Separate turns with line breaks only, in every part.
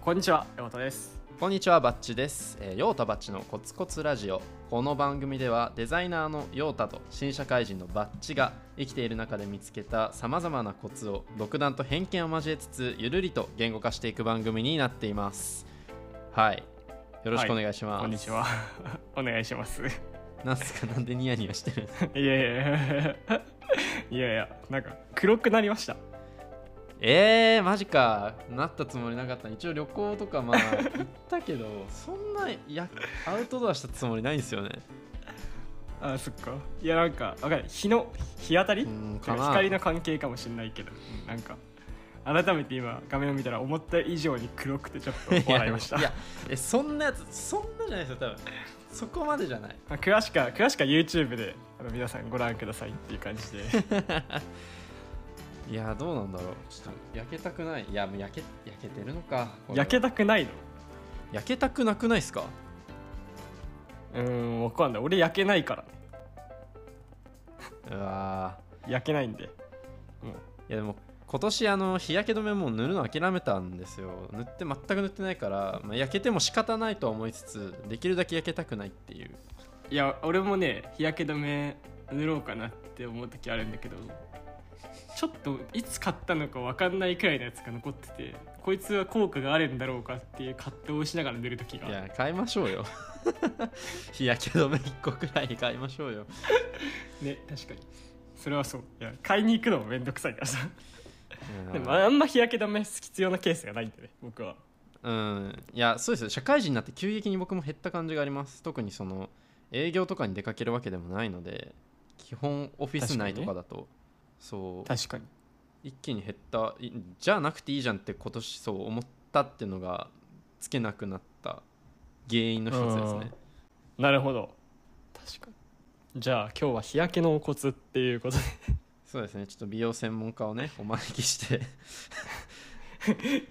こんにちは、山本です。
こんにちはバッチです、えー、ヨータバッチのコツコツラジオこの番組ではデザイナーのヨータと新社会人のバッチが生きている中で見つけたさまざまなコツを独断と偏見を交えつつゆるりと言語化していく番組になっていますはいよろしくお願いします、
こんにちは。 お願いします。 い
なんすかなんでニヤニヤしてる
やいやいや。 いやいや、なんか黒くなりました。
えー、マジかなったつもりなかった一応旅行とかまあ行ったけどそんなやアウトドアしたつもりないんですよね
あ、そっか。いや、なんか、わかる。日の日当たり。
うんかな
光の関係かもしれないけど、うんなんか。改めて今画面を見たら思った以上に黒くてちょっと笑いました
いやえそんなやつそんなじゃないですよ多分そこまでじゃない
まあ詳しくは詳しくは YouTube であの皆さんご覧くださいっていう感じで
いやどうなんだろうちょっと焼けたくないいやもう焼け焼けてるのかこれは
焼けたくないの
焼けたくなくないですか
うーんわかんない俺焼けないからね
うわ
焼けないんでもう
ーいやでも今年あの日焼け止めもう塗るの諦めたんですよ塗って全く塗ってないから、まあ、焼けても仕方ないとは思いつつできるだけ焼けたくないっていう
いや俺もね日焼け止め塗ろうかなって思う時あるんだけどちょっといつ買ったのか分かんないくらいのやつが残っててこいつは効果があるんだろうかっていう葛藤をしながら塗る時
い
が
や買いましょうよ 日焼け止め1個くらい買いましょうよ
ね確かにそれはそういや買いに行くのもめんどくさいからさ
うん
でもあんま日焼け止め必要なケースがないんでね僕は
うんいやそうですよ社会人になって急激に僕も減った感じがあります特にその営業とかに出かけるわけでもないので基本オフィス内とかだとそう
確かに
一気に減ったいじゃなくていいじゃんって今年そう思ったっていうのがつけなくなった原因の一つですね
なるほど確かにじゃあ今日は日焼けのコツっていう こと
そうですねちょっと美容専門家 をねお招きして
で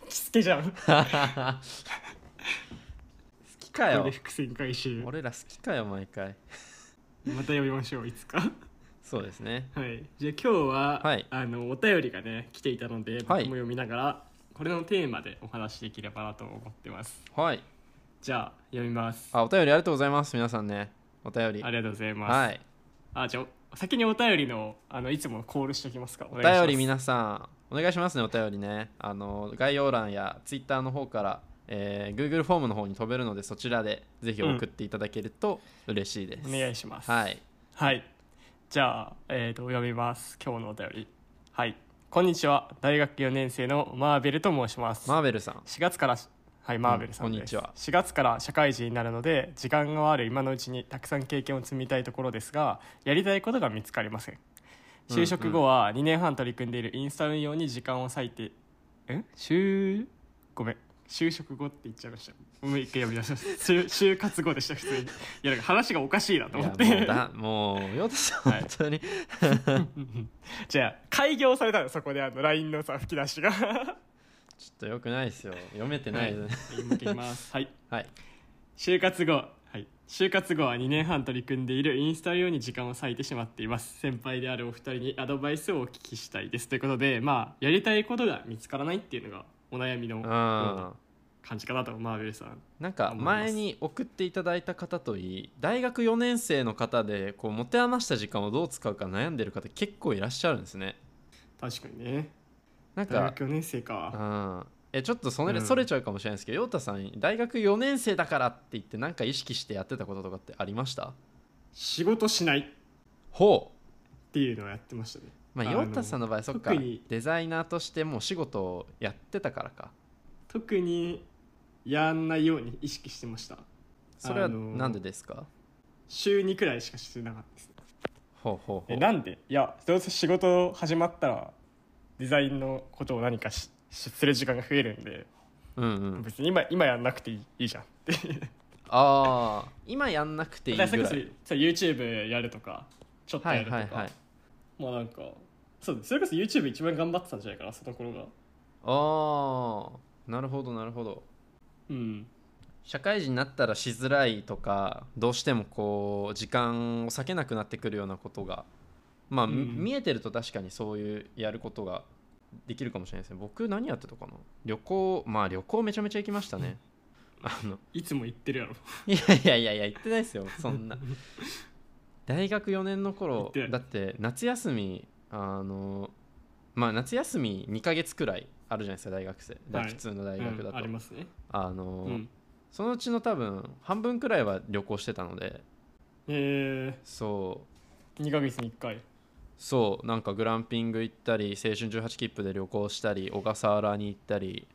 着付けじゃん
好きか
これ
よ
で伏線回収ま
俺ら好きかよ毎回
た呼びましょういつか
そうですね
はい、じゃあ今日は、
はい
あのお便りがね来ていたので僕も
はい
読みながら、これのテーマでお話しできればなと思ってます
はい
じゃあ読みますあ
あお便りありがとうございます皆さんねお便り
りがとうございます、
はい、
あじゃあ先にお便りのあのいつものコールしておきますかお
お便り
な
皆さんお願いしますねお便りねあの概要欄や Twitter の方から、えー Google フォームの方に飛べるのでそちらでぜひ送っていただけると嬉しいです、
お願いします
はい
はいじゃあ、えー、と読みます今日のお便りはいこんにちは大学4年生のマーベルと申します
マーベルさん
4月からはいマーベルさんです、
こんにちは
4月から社会人になるので時間がある今のうちにたくさん経験を積みたいところですがやりたいことが見つかりません
うんうん
就職後は2年半取り組んでいるインスタ運用に時間を割いてん就ごめん就職後って言っちゃいましたもう一回読み出します 就就活後でした普通にいやなんか話がおかしいなと
い
思
や
っ
もう
て
だもうヨタさん
はい
本当に、
じゃあ開業されたのそこであの LINE のさ吹き出しがは
ちょっとよくないですよ読めてないですね
いもう一回言いますはい
はい、
就活後、はい、就活後は2年半取り組んでいるインスタ用に時間を割いてしまっています先輩であるお二人にアドバイスをお聞きしたいですということでまあやりたいことが見つからないっていうのがお悩みの
うん
感じかなとマーベルさん
なんか
思います
前に送っていただいた方といい大学4年生の方でこう持て余した時間をどう使うか悩んでる方結構いらっしゃるんですね
確かにね
なん
大
か
学4年生か
うんえちょっとそれ,、
うん
それちゃうかもしれないですけど陽太さん大学4年生だからって言ってなんか意識してやってたこととかってありました
仕事しないっ
ほう
ていうのをやってましたね
まあ
あの
陽太さんの場合そっか
特に
デザイナーとしてもう仕事をやってたからか
特にやんないように意識してました
それは
あのー
なんでですか、
週2くらいしかしてなかったです
ほうほうほ
え
う
なんでいやどうせ仕事始まったらデザインのことを何かししする時間が増えるんで
うんうん
別に今今やんなくていいいいじゃんって
ああ今やんなくていいぐ
だ
ら
からそれこそ
い
そう YouTube やるとかちょっと
は
や
い
るとか、
はいはい
まあなんかそうそれこそ YouTube 一番頑張ってたんじゃないかなその頃が
ああなるほどなるほど
うん
社会人になったらしづらいとかどうしてもこう時間を割けなくなってくるようなことがまあ、
うん
見えてると確かにそういうやることができるかもしれないですね僕何やってたかな旅行まあ旅行めちゃめちゃ行きましたね あの
いつも言ってるやろ
いやいやいやいや行ってないですよ そんな大学4年の
行
頃
ってない
だって夏休みあのまあ夏休み2ヶ月くらいあるじゃないですか大学生、だ
はい
普通の大学だと、
うんありますね
あの、
うん
そのうちの多分半分くらいは旅行してたので
え
そう
ー、2ヶ月に1回
そうなんかグランピング行ったり青春18切符で旅行したり小笠原に行ったり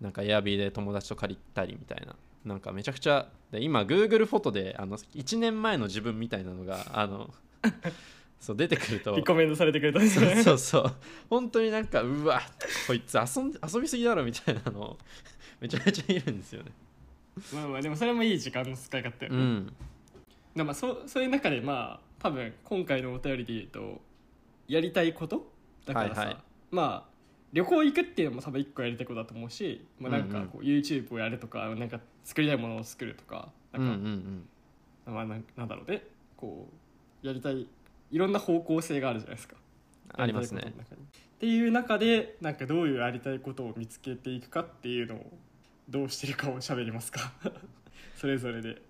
なんかエアビーで友達と借りたりみたいななんかめちゃくちゃで今 Google フォトであの1年前の自分みたいなのが あのそう出てくると
リコメンドされてくれたんです
そう
ね
そうそう本当になんかうわこいつ遊ん遊びすぎだろみたいなのめちゃめちゃいるんですよね
まあまあでもそれもいい時間の使い方よ
う
ね、
ん
でまあそそういう中でまあ多分今回のお便りで言うとやりたいことだからさ、
はいはい
まあ旅行行くっていうのも多分一個やりたいことだと思うし、まあ、なんか
うんうん
こう YouTube をやるとか、なんか作りたいものを作るとかな
うんうんんう
か、
ん
まあなんなんだろうねこうやりたいいろんな方向性があるじゃないですか
あります
やり
ね
たいことの中にっていう中でなんかどういうやりたいことを見つけていくかっていうのをどうしてるかを喋りますか それぞれで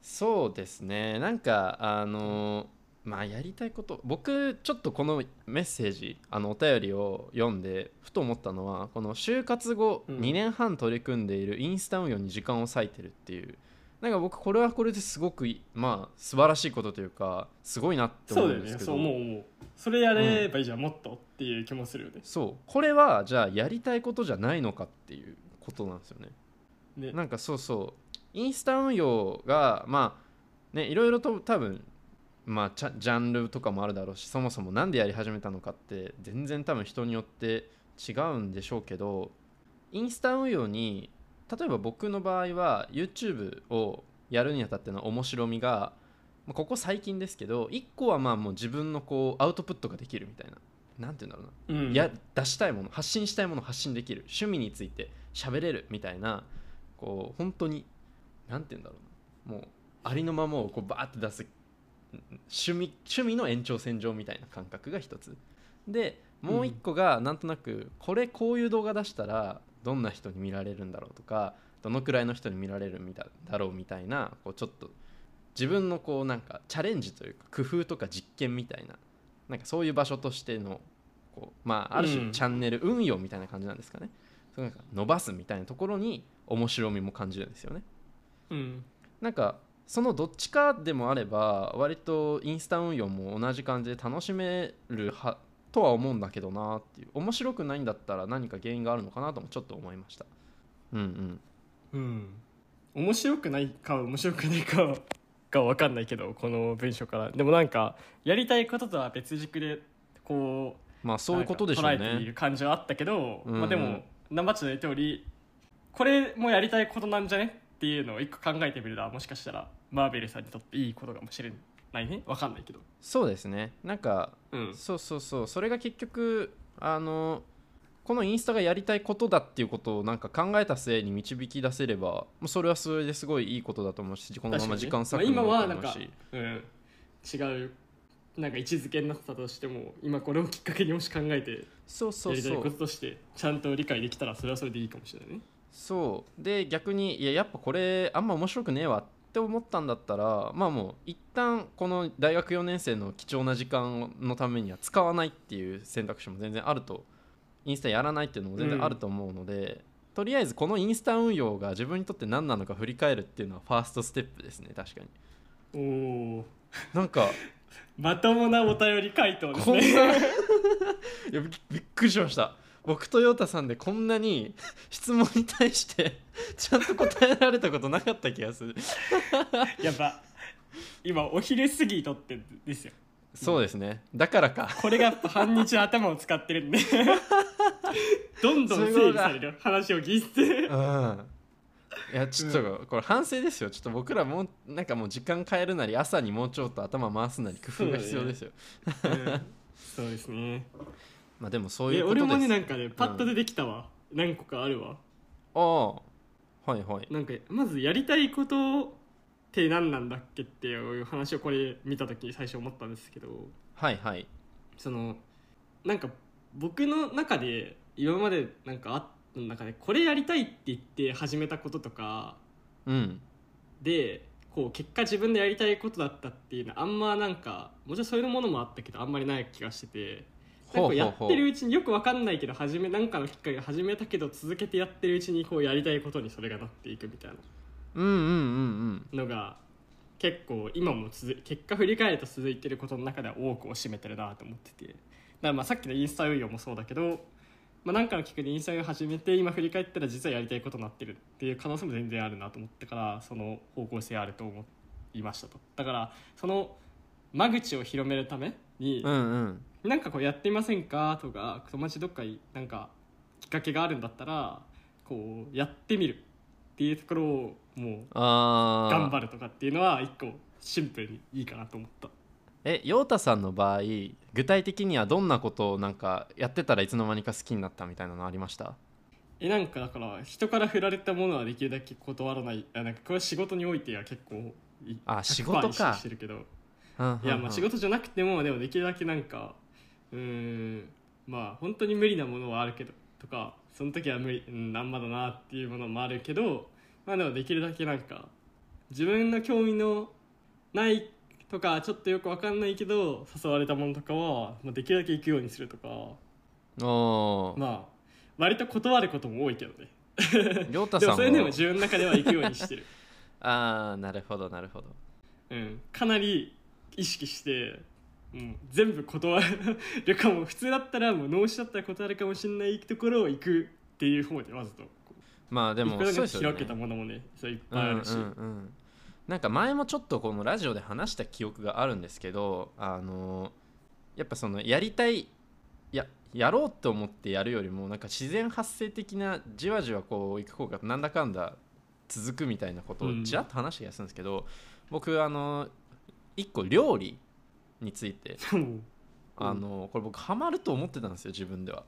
そうですねなんかあのまあやりたいこと僕ちょっとこのメッセージあのお便りを読んでふと思ったのはこの就活後
うん
2年半取り組んでいるインスタ運用に時間を割いてるっていう、なんか僕これはこれですごくいまあ素晴らしいことというかすごいなって思
そううだ
ん
よ
で
ね
すけ
そ
ど
う思う思うそれやればいいじゃん、もっとっていう気もするよね
そうこれはじゃあやりたいことじゃないのかっていうことなんですよね
ね
なんかそうそうインスタ運用がまあねいろいろと多分まあちゃジャンルとかもあるだろうしそもそも何でやり始めたのかって全然多分人によって違うんでしょうけどインスタ運用に例えば僕の場合は YouTube をやるにあたっての面白みがまあここ最近ですけど1個はまあもう自分のこうアウトプットができるみたいな何て言うんだろうな
うん
や出したいもの発信したいものを発信できる趣味について喋れるみたいなこう本当に何て言うんだろうなもうありのままをこうバーって出す趣味趣味の延長線上みたいな感覚が一つでもう一個がなんとなくこれこういう動画出したらどんな人に見られるんだろうとかどのくらいの人に見られるみただろうみたいなこうちょっと自分のこうなんかチャレンジというか工夫とか実験みたいななんかそういう場所としてのこうまあある
う
種
ん
チャンネル運用みたいな感じなんですかね、そうなんか伸ばすみたいなところに面白みも感じるんですよね
うん
なんかそのどっちかでもあれば割とインスタ運用も同じ感じで楽しめるはとは思うんだけどなっていう面白くないんだったら何か原因があるのかなともちょっと思いましたうんうん
うん面白くないか面白くないかが分かんないけどこの文章からでもなんかやりたいこととは別軸でこう
まあそういうことでしょう
なんか捉えてい
ね
る感じはあったけど、
うん
まあ、でもナンバッチの言う通りこれもやりたいことなんじゃねっていうのを一個考えてみるのはもしかしたらマーベルさんにとっていいことかもしれないね分かんないけど
そうですねなんか
うん
そうそうそうそれが結局あのこのインスタがやりたいことだっていうことをなんか考えた末に導き出せればもうそれはそれですごいいいことだと思うしこのまま時間
確
割
かに
くの
ねまあ今
もい
はい
と
なん
思う
か
し、
うん、違うなんか位置づけになったとしても今これをきっかけにもし考えて
そうそ
や
う
りたい
そ
こと
う
としてちゃんと理解できたらそれはそれでいいかもしれないね
そうで逆にいややっぱこれあんま面白くねえわって思ったんだったらまあもう一旦この大学4年生の貴重な時間のためには使わないっていう選択肢も全然あるとインスタやらないっていうのも全然あると思うので、とりあえずこのインスタ運用が自分にとって何なのか振り返るっていうのはファーストステップですね確か
お
に
お
なんか
まともなお便り回答です
こんな
ね
い やびびっくりしました僕とヨータさんでこんなに質問に対してちゃんと答えられたことなかった気がする
やっぱ今お昼過ぎとってんですよ
そうですね。だからか。
これがやっぱ半日頭を使ってるん でどんどん整理される話を聞い て
うん。いや、ちょっと、これ反省ですよ。ちょっと僕らもう、なんかもう時間変えるなり、朝にもうちょっと頭回すなり、工夫が必要ですよ。
そうですね
まあでもそうい
で
うことで
俺
す。
もねなんかねパッと出てきたわ、何個かあるわ
ああ。はいはい。
なんかまずやりたいことって何なんだっけっていう話をこれ見た時に最初思ったんですけど
はいはい。
そのなんか僕の中で今までなんかあった中でこれやりたいって言って始めたこととか
うん
でこう結果自分でやりたいことだったっていうのはあんまなんかもちろんそういうものもあったけどあんまりない気がしててなんかやってるうちによくわかんないけど始めなんかのきっかけで始めたけど続けてやってるうちにこうやりたいことにそれがなっていくみたいな
うんうんうん
のが結構今も続い結果振り返ると続いてることの中では多くを占めてるなと思っててだからまあさっきのインスタ運用もそうだけど、まあ、なんかのきっかけでインスタ運用始めて今振り返ったら実はやりたいことになってるっていう可能性も全然あるなと思ってからその方向性あると思いましたとだからその間口を広めるために
うんうんうん
なんかこうやってみませんかとか友達どっかになんかきっかけがあるんだったらこうやってみるっていうところをもう
ああ
頑張るとかっていうのは一個シンプルにいいかなと思った
え陽太さんの場合具体的にはどんなことをなんかやってたらいつの間にか好きになったみたいなのありました
えなんかだから人から振られたものはできるだけ断らないあなんかこれは仕事においては結構い
あ仕事か
100%意識してるけどい
い
やまあ仕事じゃなくてもでもできるだけなんかうーんまあ本当に無理なものはあるけどとかその時は無理うんあんまだなっていうものもあるけどまあでもできるだけなんか自分の興味のないとかちょっとよく分かんないけど誘われたものとかは、まあ、できるだけ行くようにするとか
おー
まあ割と断ることも多いけどね
陽太
で
さ
も
ん
それでも自分の中では行くようにしてる、
ああなるほどなるほど
うん、かなり意識して、うん、全部断るかも普通だったらもう脳死だったら断るかもしれないところを行くっていう方でわざとこう
まあでも
いくら
そう
か
ですよ
広げ
ね
たものもねそういっ
う
ぱい
ん
あ
うん
るし、
うんなんか前もちょっとこのラジオで話した記憶があるんですけどあのやっぱそのやりたいややろうと思ってやるよりもなんか自然発生的なじわじわこういく方がなんだかんだ続くみたいなことをちらっと話した気がするんですけど、僕あの一個料理について
うん
あのこれ僕ハマると思ってたんですよ自分では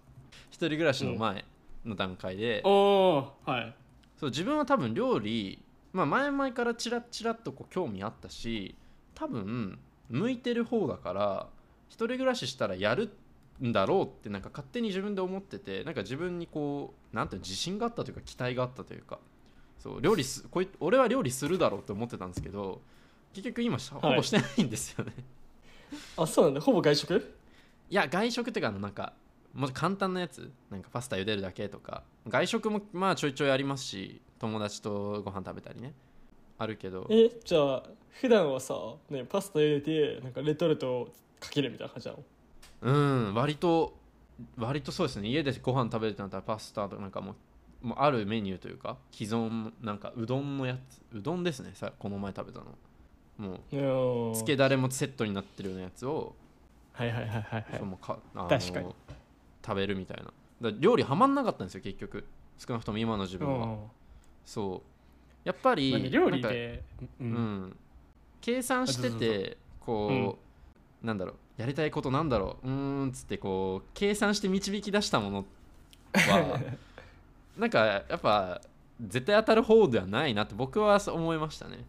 一人暮らしの前の段階で、
おおーはい
そう自分は多分料理、まあ、前々からチラッチラッとこう興味あったし多分向いてる方だから一人暮らししたらやるんだろうってなんか勝手に自分で思っててなんか自分にこうなんていうの自信があったというか期待があったというかそう料理すこい俺は料理するだろうって思ってたんですけど結局今しほぼしてないんですよね、い、
あそうなんだほぼ外食
や外食っていうかあのなんかもう簡単なやつなんかパスタ茹でるだけとか外食もまあちょいちょいありますし友達とご飯食べたりねあるけど
えじゃあ普段はさ、ね、パスタ入れてなんかレトルトかけるみたいな感じなの
うん割と割とそうですね家でご飯食べるってなったらパスタとかなんかもうもうあるメニューというか既存なんかうどんのやつうどんですねさこの前食べたのも
う
うつけだれもセットになってるようなやつを
はいはいはいはい
そうもうかあの
確かに
食べるみたいなだから料理はまんなかったんですよ結局少なくとも今の自分は、
うん
そうやっぱり、
まあね料理
なんか
で、う
うんん、計算して
あどうぞど
てこう、なんだろうやりたいことなんだろううーんっつってこう計算して導き出したもの はなんかやっぱ絶対当たる方ではないなって僕はそう思いましたね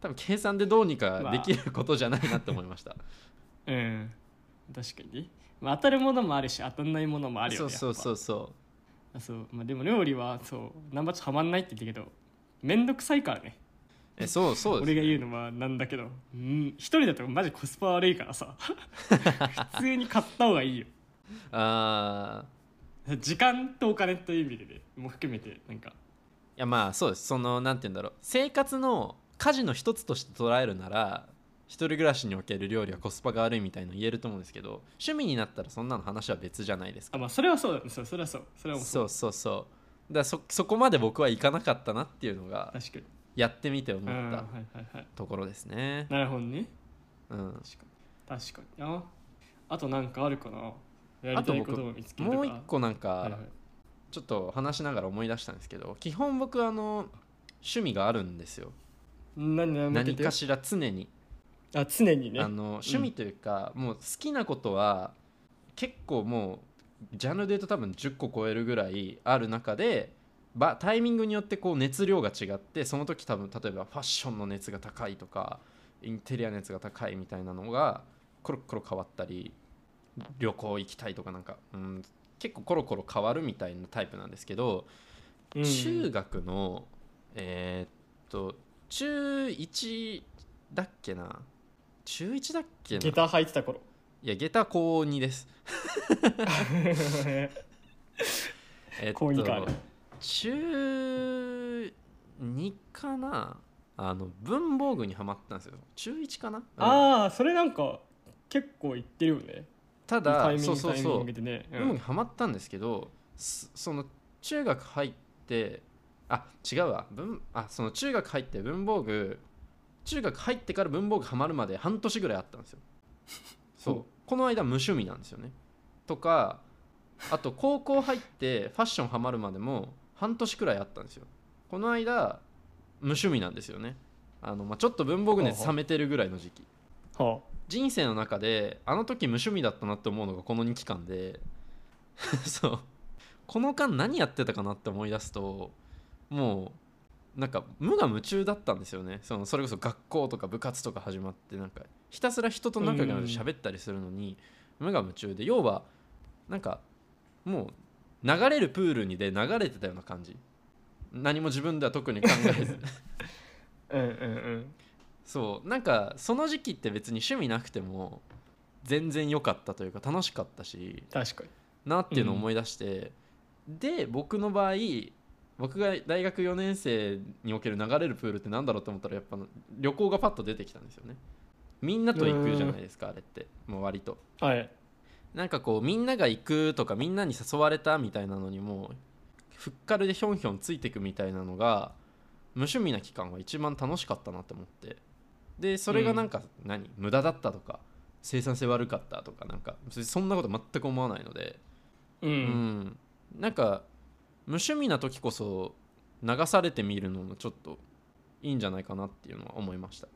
多分計算でどうにかできることじゃないなって思いました、
うん、確かに、まあ、当たるものもあるし当たんないもの もあるよ
そう
ね
そうそううそう
そう、まあ、でも料理はそうナンバーチはまんないって言ったけど面倒くさいからね
えそうそうです
俺が言うのはなんだけど、うん、一人だとマジコスパ悪いから さ普通に買った方がいいよ
あー
時間とお金という意味で、ね、も含めてなんか
いやまあそうですそのなんて言うんだろう生活の家事の一つとして捉えるなら一人暮らしにおける料理はコスパが悪いみたいの言えると思うんですけど趣味になったらそんなの話は別じゃないです
あ
か
まあそれはそうだねそうそれはそうそれはもう
そうそうそうだからそそこまで僕はいかなかったなっていうのが
確かに
やってみて思
うんは
っ
いは
た
いはい
ところですね
なるほどね
うん
確かに確かにああとなんかあるかなやり
あと
たい
僕
ことを見つけるとか
もう一個なん
はいは
か
い
ちょっと話しながら思い出したんですけど基本僕あの趣味があるんですよ
何何
何かしら常に
あ常にね
あの趣味というか、もう好きなことは結構もうジャンルで言うと多分10個超えるぐらいある中でばタイミングによってこう熱量が違ってその時多分例えばファッションの熱が高いとかインテリアの熱が高いみたいなのがコロコロ変わったり旅行行きたいとかなんか、うん、結構コロコロ変わるみたいなタイプなんですけど、
うん
中学のえーっと中1だっけな中1だっけな
下駄履いてた頃
いや下駄高2です、えーっと
高二かあれ
中2かなあの文房具にはまったんですよ中1かな、うん
ああそれなんか結構言ってるよね
ただ
タイミン
そう
グ
そう
タイ
そ
ミ
う
ングでねう
文具に
ん
はまったんですけどすその中学入ってあ違うわ文あその中学入って文房具中学入ってから文房具ハマるまで半年ぐらいあった んですよそう
ほ
この間無趣味なんですよねとかあと高校入ってファッションハマるまでも半年くらいあったんですよこの間無趣味なんですよねあの、まあ、ちょっと文房具熱冷めてるぐらいの時期
は
人生の中であの時無趣味だったなって思うのがこの2期間で そうこの間何やってたかなって思い出すともうなんか無我夢中だったんですよねそのそれこそ学校とか部活とか始まってなんかひたすら人と仲良くなって喋ったりするのに無我夢中で要はなんかもう流れるプールにで流れてたような感じ何も自分では特に考えず
あうんうんうん
そうなんかその時期って別に趣味なくても全然良かったというか楽しかったし
確かに
なっていうのを思い出して、で僕の場合僕が大学4年生における流れるプールってなんだろうと思ったらやっぱ旅行がパッと出てきたんですよねみんなと行くじゃないですかあれってもう割と
はい
なんかこうみんなが行くとかみんなに誘われたみたいなのにもふっかるでひょんひょんついてくみたいなのが無趣味な期間が一番楽しかったなって思ってでそれがなんか何、無駄だったとか生産性悪かったとかなんか別にそんなこと全く思わないので、
う
うんんなんか無趣味な時こそ流されてみるのもちょっといいんじゃないかなっていうのは思いました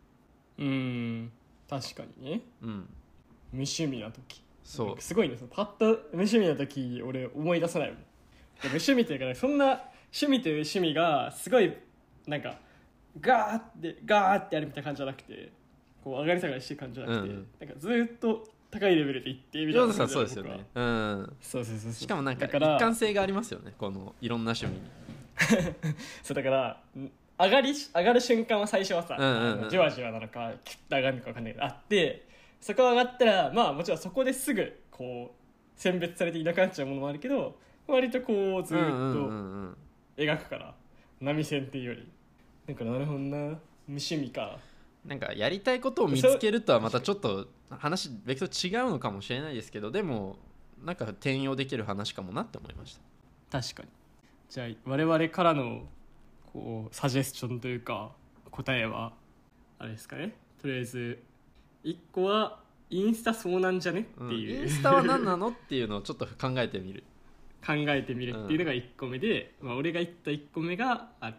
うん確かにね
うん
無趣味な時
そう
すごいねそのパッと無趣味な時俺思い出さないもんで無趣味というか、ね、そんな趣味という趣味がすごいなんかガーってガーってやるみたいな感じじゃなくてこう上がり下がりしてる感じじゃなくて、
うん
なんかずっと高いレベルでいってみたい
ヨウ
な
タさ
感
ん
じ
そうですよねうん
そうそうそうそう
しかもなんか
だか
一
ら
貫性がありますよねこのいろんな趣味に
そうだからん上がり上がる瞬間は最初はさ、
うんうんうん
あのじわじわなのかキュッと上がるのか分かんないけどあってそこ上がったらまあもちろんそこですぐこう選別されていなくなっちゃうものもあるけど割とこうずっ
うんうんう
と
んうん
描くから、波線っていうよりなんかなるほどな無趣味か
なんかやりたいことを見つけるとはまたちょっと話ベクトル違うのかもしれないですけどでもなんか転用できる話かもなって思いました
確かにじゃあ我々からのこうサジェスチョンというか答えはあれですかねとりあえず1個はインスタそうなんじゃね
うん
っていう、
インスタは何なのっていうのをちょっと考えてみる
考えてみるっていうのが1個目で、まあ、俺が言った1個目があ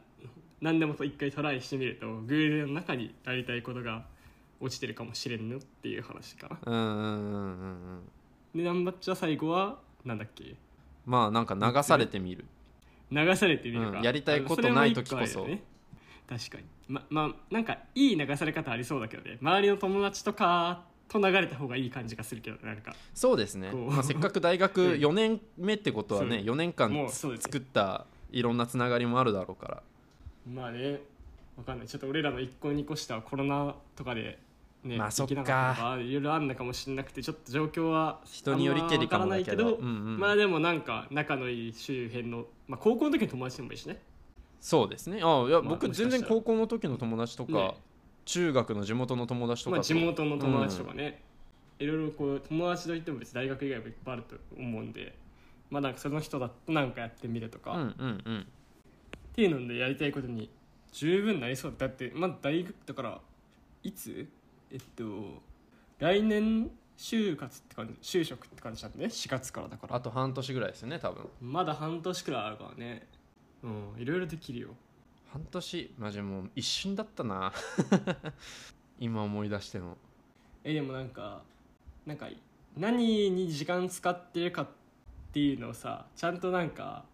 何でも一回トライしてみると Google の中にやりたいことが落ちてるかもしれんのっていう話かな
うんうんうんうんうん
でナンバッチは最後はなんだっけ
まあなんか流されてみる
流されてみるか、
うんやりたいことない時こそ
あのれも一個あるよね確かにままあなんかいい流され方ありそうだけどね周りの友達とかと流れた方がいい感じがするけどなんか
そうですね、
こう
まあ、せっかく大学
うん
4年目ってことはね
そう
4年間
もうそうです
作ったいろんなつながりもあるだろうから
まあねわかんないちょっと俺らの1個2個下はコロナとかでね、
まあ
行けなかったとかいろいろあんのかもしれなくてちょっと状況は
人によりけりかもだけど
あんまわからないけど
うんうん
まあでもなんか仲のいい周辺の、まあ、高校の時の友達でもいいしね
そうですねあいや、
まあもしか
僕全
したら
然高校の時の友達とか、
ね
中学の地元の友達とか
まあ、
と
地元の友達とかね、いろいろこう友達といっても別に大学以外もいっぱいあると思うんでまあなんかその人だとなんかやってみるとか、
うん
っ
うんうん
ていうのでやりたいことに十分なりそうだだってまあ大学だからいつえっと来年就活って感じ就職って感じなんでね4月からだから
あと半年ぐらいですね多分
まだ半年くらいあるからねうんいろいろできるよ
半年マジもう一瞬だったな 今思い出し ても
えでもなんかなんか何に時間使ってるかっていうのをさちゃんとなんか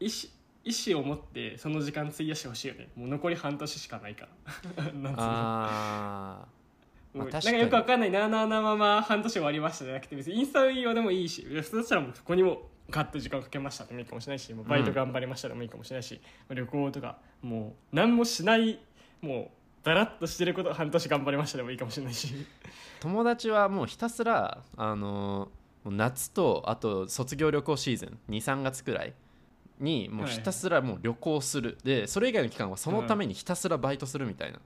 意思意思を持ってその時 間費やしてほしいよねもう残り半年しかないからなんつうの
あまあ
もうなん
確
か
かに
よくわかんないなななまま半年終わりましたじゃなくて別にインスタ用でもいいしいやそしたらもうそこにもガッと時間かけましたでもいいかもしれないしもうバイト頑張りましたでもいいかもしれないし、旅行とかもう何もしないもうだらっとしてること半年頑張りましたでもいいかもしれないし
友達はもうひたすらあのもう夏とあと卒業旅行シーズン23月くらいにもう
はい
ひたすらもう旅行する、でそれ以外の期間はそのためにひたすらバイトするみたいな、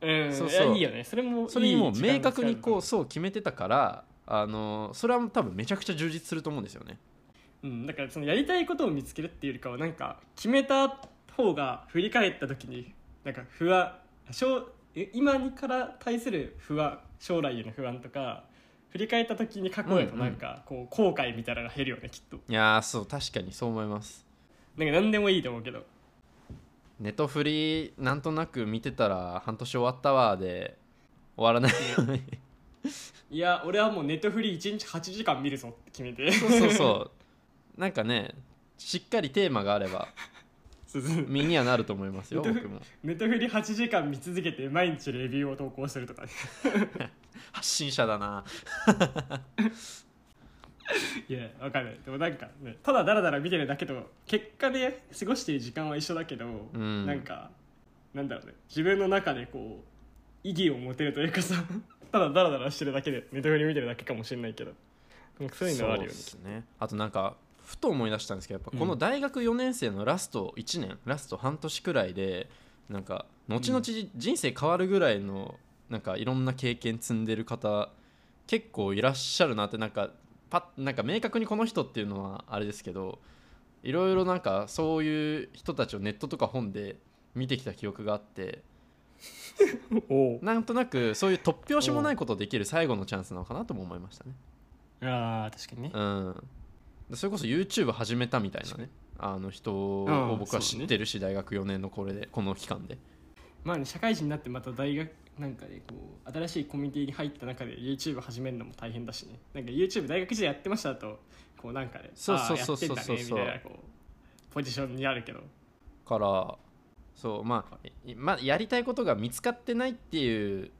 うん
そうそう
いやいいよねそれもいい
それにもう明確にこ
時間の
う
使い
そう決めてたからあのそれは多分めちゃくちゃ充実すると思うんですよね
方うん、だからそのやりたいことを見つけるっていうよりかはなんか決めた方が振り返った時になんか不安将え今にから対する不安将来への不安とか振り返った時に過去へのなんかこう後悔みたいなのが減るよねきっと
いやーそう確かにそう思います
なんか何でもいいと思うけど
ネットフリなんとなく見てたら半年終わったわで終わらないよね
いや俺はもうネットフリー1日8時間見るぞって決 めて
そうそうそう なんかねしっかりテーマがあれば
そうそう
身にはなると思いますよ
ネット
僕も
ネットフリー8時間見続けて毎日レビューを投稿するとかね
発信者だない
やわかるでもなんかねただダラダラ見てるだけと結果で過ごしている時間は一緒だけど、
うん
なんかなんだろうね自分の中でこう意義を持てるというかさ ただダラダラしてるだけでネットフリ見てるだけかもしれないけどなんかそういうのはあるよね
そうっすねあとなんかふと思い出したんですけどやっぱこの大学4年生のラスト1年、ラスト半年くらいでなんか後々人生変わるぐらいのなんかいろんな経験積んでる方結構いらっしゃるなってなんかパッなんか明確にこの人っていうのはあれですけどいろいろなんかそういう人たちをネットとか本で見てきた記憶があって
おう
なんとなくそういう突拍子もないことをできる最後のチャンスなのかなとも思いましたね。
あー確かにね
うん、それこそ YouTube 始めたみたいなねあの人を僕は知ってるし、大学4年のこれでこの期間で
まあね社会人になってまた大学なんかでこう新しいコミュニティに入った中で YouTube 始めるのも大変だしねなんか YouTube 大学時代やってましたとこうなんかね
そうそうそうそう
あーやってんだねみたいなこうポジションにあるけど
からそう、まあいまあ、やりたいことが見つかってないっていう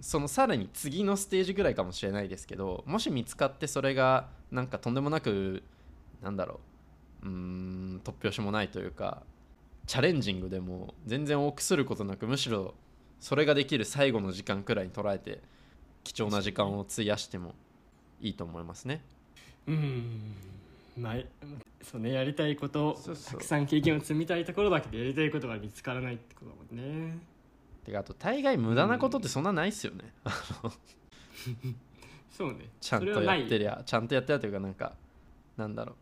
そのさらに次のステージぐらいかもしれないですけどもし見つかってそれがなんかとんでもなくなんだろううーん突拍子もないというかチャレンジングでも全然臆することなくむしろそれができる最後の時間くらいに捉えて貴重な時間を費やしてもいいと思いますね。
うーんまあそうねやりたいこと
そうそう
たくさん経験を積みたいところだけどやりたいことが見つからないってことだもんね
てかあと大概無駄なことってそんなないっすよね。
そうね
ちゃん
そ
と
れはな
や
い
ってりゃちゃんとやってりゃというかなんかなんだろう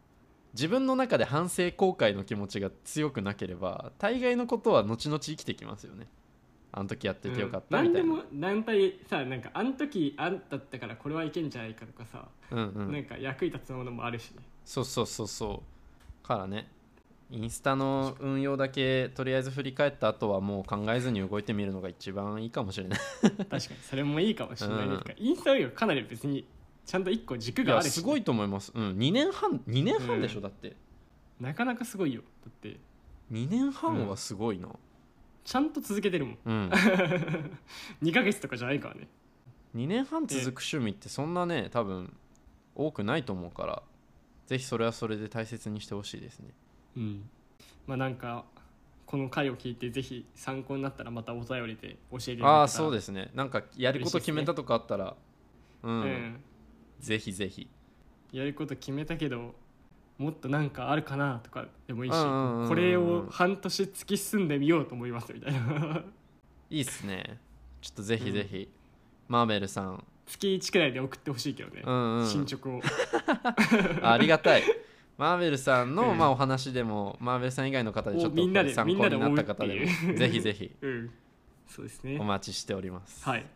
自分の中で反省後悔の気持ちが強くなければ大概のことは後々生きてきますよねあの時やっててよかった
うん
みたいな、
何でも何体さなんかあん時あんだったからこれはいけんじゃないかとかさ、
うんうん
なんか役に立つものもあるし ね
そうそうそうそうからねインスタの運用だけとりあえず振り返った後はもう考えずに動いてみるのが一番いいかもし れない
確かにそれもいいかもしれない、
うん
なんかインスタよりかなり別にちゃんと一個軸
い
があ
や
るしね、
すごいと思います、うん、2年半2年半でしょ、
う
だって
なかなかすごいよだって
2年半はすごいな
ちゃんと続けてるもん
うん
2ヶ月とかじゃないからね
2年半続く趣味ってそんなね多分多くないと思うからぜひそれはそれで大切にしてほしいですね
うん、まあなんかこの回を聞いてぜひ参考になったらまたお便りで教えていただけたら、
ああーそうですすねなんかやること決めたとかあったら、う、
うんん、
ぜひぜひ
やること決めたけどもっとなんかあるかなとかでもいいし
うんうんうんうん
これを半年突き進んでみようと思いますみたいな
いいっすねちょっとぜひぜひ、マーベルさん、
月1くらいで送ってほしいけどね、
うんうん、
進捗を
あありがた いマーベルさんの、
うん
まあ、お話でもマーベルさん以外の方でちょっ
おみんな
と
で
参考になった方で
みんなで追うってい
も
う
ぜひぜひ
うんそうですね
お待ちしております
はい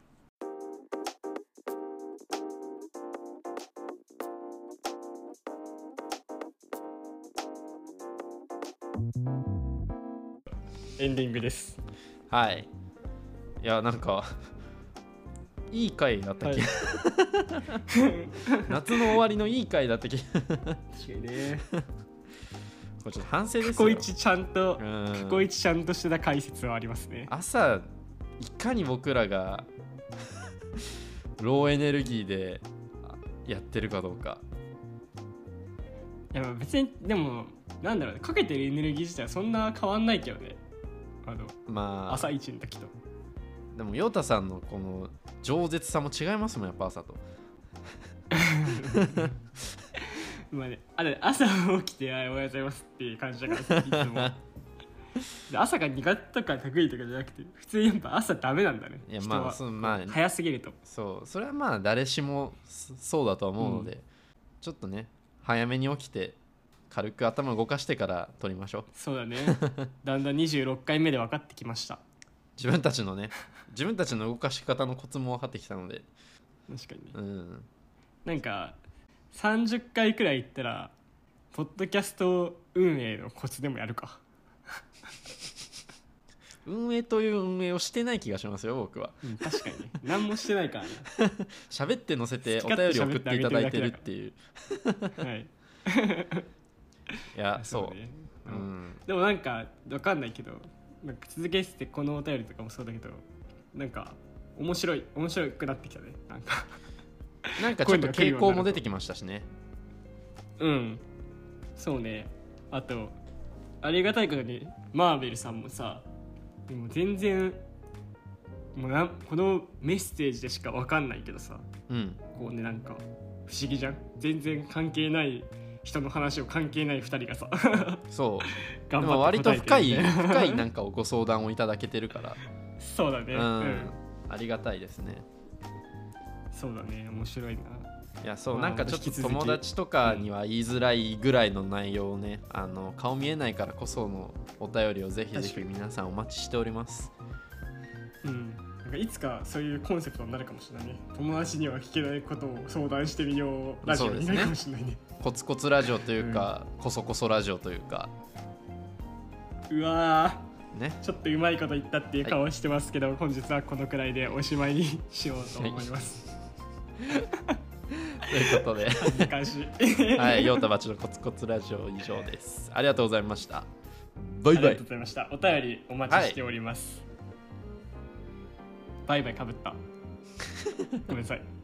エンディングです、
はい。いや、なんか、いい回だった
はい
気、 夏の終わりのいい回だった気こ
確かにね
れちょっと反省です
過
よ。
去一ちゃんと
うん
過去一ちゃんとしてた解説はありますね
朝、いかに僕らが ローエネルギーであやってるかどうか
いやまあ別にでもなんだろうねかけてるエネルギー自体はそんな変わんないけどねあの
まあ
朝一の時と
でもヨタさんのこの饒舌さも違いますもんやっぱ朝と
まあねあれ朝起きてあおはようございますっていう感じだからいつ もで朝が苦手とか得意とかじゃなくて普通にやっぱ朝ダメなんだね
いや
人
まあ
は
そうまあ
早すぎると
そうそれはまあ誰しもそそうだとは思うので、ちょっとね早めに起きて軽く頭動かしてから撮りましょう
そう だねだんだん26回目で分かってきました
自分たちの ね自分たちの動かし方のコツも分かってきたので
確かにね
うん
なんか30回くらい行ったらポッドキャスト運営のコツでもやるか
運営という運営をしてない気がしますよ僕は
うん確かにね何もしてないからね
喋って載せてお
好き
便り
勝手
送っていただいてるっていう
はい
いやそう
ね
う、
うん
ん、
でもなんかわかんないけどなんか続けててこのお便りとかもそうだけどなんか面白い面白くなってきたねなんか
なんかちょっと傾向も出てきましたしね
うんそうねあとありがたいことにマーベルさんもさでも全然もうなんこのメッセージでしかわかんないけどさ
うん
こうねなんか不思議じゃん全然関係ない人の話を関係ない2人がさ
そうで
頑
も
張って
割と
答えて
深
る
い
みたな
深いなんかご相談をいただけてる から
そうだね
う、
うんん
ありがたいですね
そうだね面白いない
やそう
まあ
なんかちょっと
引き続き
友達とかには言いづらいぐらいの内容をね、あの顔見えないからこそのお便りをぜひぜ
確
ひ
かに
皆さんお待ちしております
うんなんかいつかそういうコンセプトになるかもしれないね友達には聞けないことを相談してみようラジオになるかもしれないね
コツコツラジオというか、コソコソラジオというか
うわ
ね
ーちょっとうまいこと言ったっていう顔してますけど、本日はこのくらいでおしまいにしようと思います、
ということ で
恥ずかしい
はい
あ
陽太町のコツコツラジオ以上ですありがとうございましたバイ
りが
バ
と
イ
うございましたお便りお待ちしております、バイバイかぶったごめんなさい